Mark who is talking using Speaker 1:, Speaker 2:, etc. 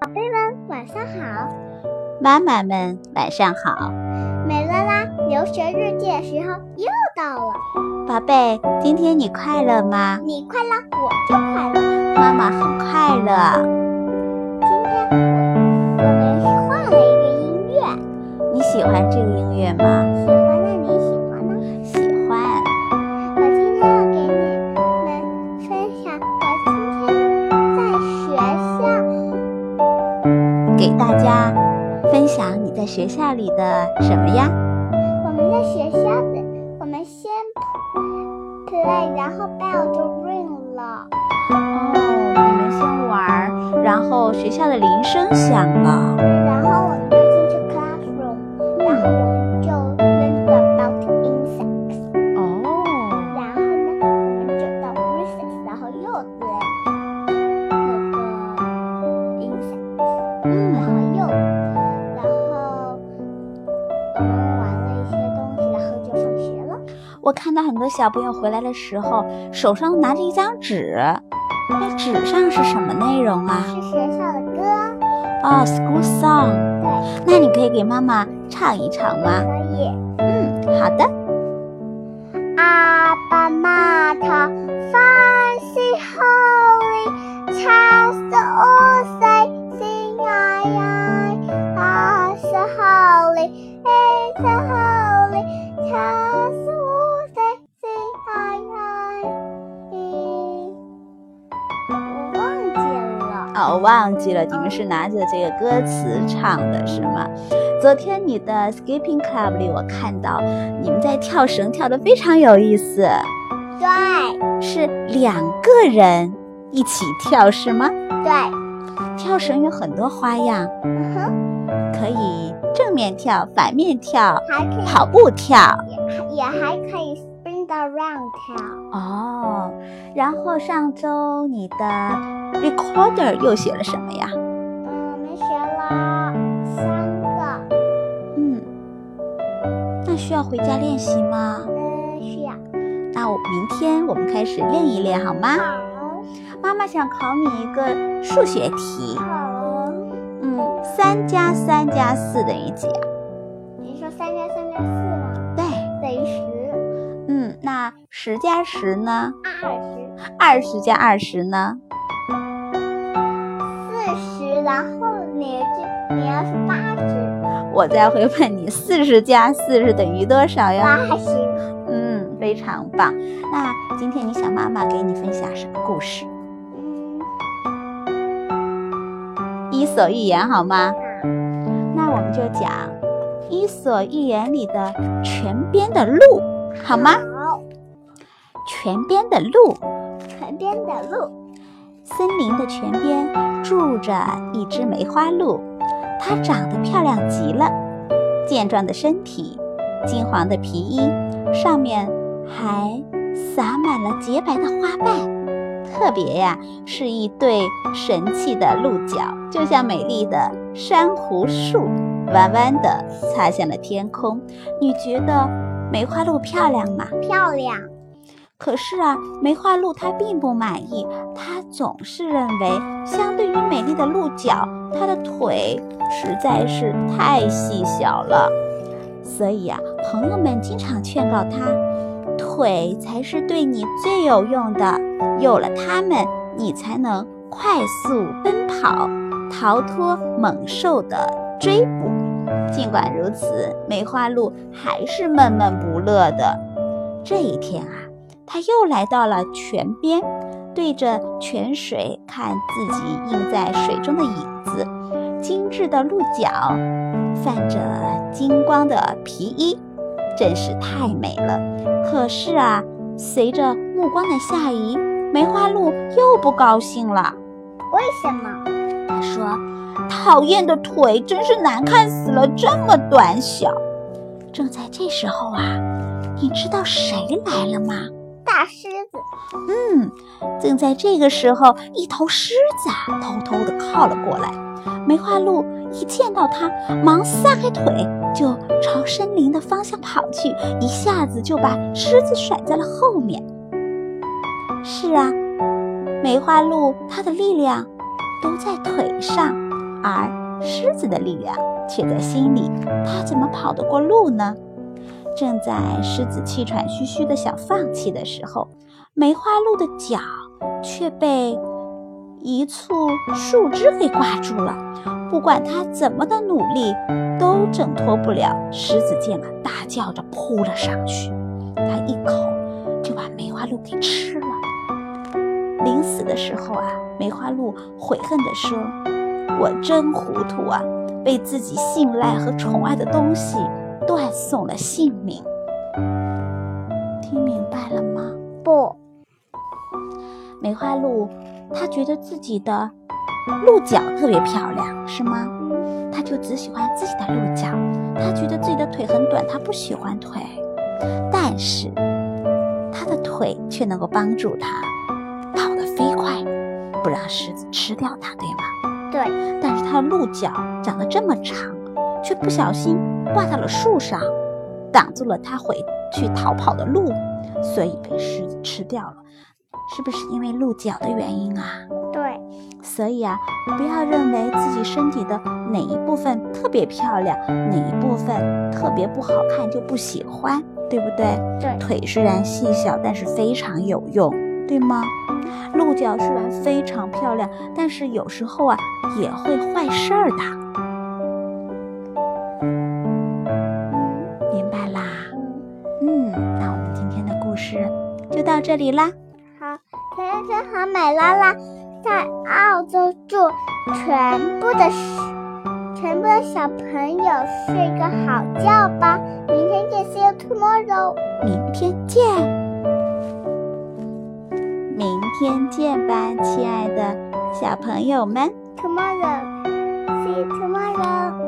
Speaker 1: 宝贝们，晚上好！
Speaker 2: 妈妈们晚上好，
Speaker 1: 美拉拉留学日记的时候又到了，
Speaker 2: 宝贝，今天你快乐吗？
Speaker 1: 你快乐，我就快乐。
Speaker 2: 妈妈很快乐。
Speaker 1: 今天我们换了一个音乐，
Speaker 2: 你喜欢这个音乐吗？
Speaker 1: 喜欢的你喜欢吗？
Speaker 2: 喜欢。
Speaker 1: 我今天要给你们分享我今天在学校
Speaker 2: 给大家分享你在学校里的什么呀？
Speaker 1: 我们在学校的，我们先 play，然后 bell 就 ring 了。
Speaker 2: 哦，你们先玩儿，然后学校的铃声响了。
Speaker 1: 然后我们就进去 classroom，然后我们就 learn about insects，
Speaker 2: 哦，
Speaker 1: 然后呢，我们就到 recess，然后又 learn 那个 insects，然后
Speaker 2: 嗯，
Speaker 1: 又，然后我们玩了一些东西，然后就放学了。
Speaker 2: 我看到很多小朋友回来的时候，手上拿着一张纸，那纸上是什么内容啊？
Speaker 1: 是学校的歌，
Speaker 2: 哦，school song。
Speaker 1: 对，
Speaker 2: 那你可以给妈妈唱一唱吗？
Speaker 1: 可以。
Speaker 2: 嗯，好的。
Speaker 1: Abba Mater, fancy holy, chant all say, sing I, I, us holy, is a holy, chant all say, sing I, I, is。我忘记了，
Speaker 2: 哦，忘记了，你们是拿着这个歌词唱的是吗？昨天你的 skipping club 里，我看到你们在跳绳，跳得非常有意思，
Speaker 1: 对
Speaker 2: 是两个人一起跳是吗？
Speaker 1: 对，
Speaker 2: 跳绳有很多花样，
Speaker 1: 嗯哼，
Speaker 2: 可以正面跳、反面跳、
Speaker 1: 还可以
Speaker 2: 跑步跳。
Speaker 1: 也还可以 spin around 跳，
Speaker 2: 哦，然后上周你的 recorder 又学了什么呀？
Speaker 1: 嗯，我们学了三个。
Speaker 2: 嗯，那需要回家练习吗？
Speaker 1: 嗯，是呀。
Speaker 2: 那我明天我们开始练一练好吗？
Speaker 1: 好，
Speaker 2: 妈妈想考你一个数学题。
Speaker 1: 好。
Speaker 2: 嗯，三加三加四等于几啊？
Speaker 1: 你说三加三加四吗？
Speaker 2: 对，
Speaker 1: 等于十，
Speaker 2: 嗯，那十加十呢？
Speaker 1: 二十，
Speaker 2: 二十加二十呢？
Speaker 1: 四十。然后你这你要是八十，
Speaker 2: 我再会问你，四十加四十等于多少呀？
Speaker 1: 八十。
Speaker 2: 嗯，非常棒。那今天你想妈妈给你分享什么故事？
Speaker 1: 嗯，
Speaker 2: 伊索寓言好吗？
Speaker 1: 好
Speaker 2: 那我们就讲《伊索寓言》里的泉边的鹿，好吗？
Speaker 1: 好，
Speaker 2: 泉边的鹿，
Speaker 1: 河边的路，
Speaker 2: 森林的泉边住着一只梅花鹿，它长得漂亮极了，健壮的身体，金黄的皮衣，上面还洒满了洁白的花瓣。特别呀、是一对神气的鹿角，就像美丽的珊瑚树，弯弯的擦向了天空。你觉得梅花鹿漂亮吗？
Speaker 1: 漂亮。
Speaker 2: 可是啊，梅花鹿它并不满意，它总是认为，相对于美丽的鹿角，它的腿实在是太细小了。所以啊，朋友们经常劝告它，腿才是对你最有用的，有了它们，你才能快速奔跑，逃脱猛兽的追捕。尽管如此，梅花鹿还是闷闷不乐的。这一天啊，他又来到了泉边，对着泉水看自己映在水中的影子，精致的鹿角，泛着金光的皮衣，真是太美了。可是啊，随着目光的下移，梅花鹿又不高兴了。
Speaker 1: 为什么？
Speaker 2: 他说：“讨厌的腿真是难看死了，这么短小。”正在这时候啊，一你知道谁来了吗？
Speaker 1: 大狮子
Speaker 2: 嗯，正在这个时候，一头狮子啊偷偷地靠了过来。梅花鹿一见到它，忙撒开腿就朝森林的方向跑去，一下子就把狮子甩在了后面。是啊，梅花鹿它的力量都在腿上，而狮子的力量却在心里。它怎么跑得过鹿呢？正在狮子气喘吁吁的想放弃的时候，梅花鹿的脚却被一簇树枝给挂住了。不管它怎么的努力，都挣脱不了。狮子见了，大叫着扑了上去，它一口就把梅花鹿给吃了。临死的时候啊，梅花鹿悔恨地说：“我真糊涂啊，被自己信赖和宠爱的东西断送了性命。”听明白了吗？
Speaker 1: 不，
Speaker 2: 梅花鹿，它觉得自己的鹿角特别漂亮，是吗？它就只喜欢自己的鹿角，它觉得自己的腿很短，它不喜欢腿。但是，它的腿却能够帮助它跑得飞快，不让狮子吃掉它，对吗？
Speaker 1: 对，
Speaker 2: 但是它的鹿角长得这么长，却不小心挂到了树上，挡住了它回去逃跑的路，所以被狮子吃掉了。是不是因为鹿角的原因啊？
Speaker 1: 对，
Speaker 2: 所以啊，不要认为自己身体的哪一部分特别漂亮，哪一部分特别不好看就不喜欢，对不对？
Speaker 1: 对
Speaker 2: 腿虽然细小，但是非常有用，对吗？鹿角虽然非常漂亮，但是有时候啊也会坏事儿的，
Speaker 1: 嗯
Speaker 2: 明白啦？
Speaker 1: 嗯，
Speaker 2: 嗯，那我们今天的故事就到这里啦。
Speaker 1: 好，甜甜和美拉拉在澳洲住，全部的全部的小朋友睡个好觉吧，明天见，see you tomorrow。
Speaker 2: 明天见，明天见吧，亲爱的小朋友们。
Speaker 1: tomorrow. See you tomorrow.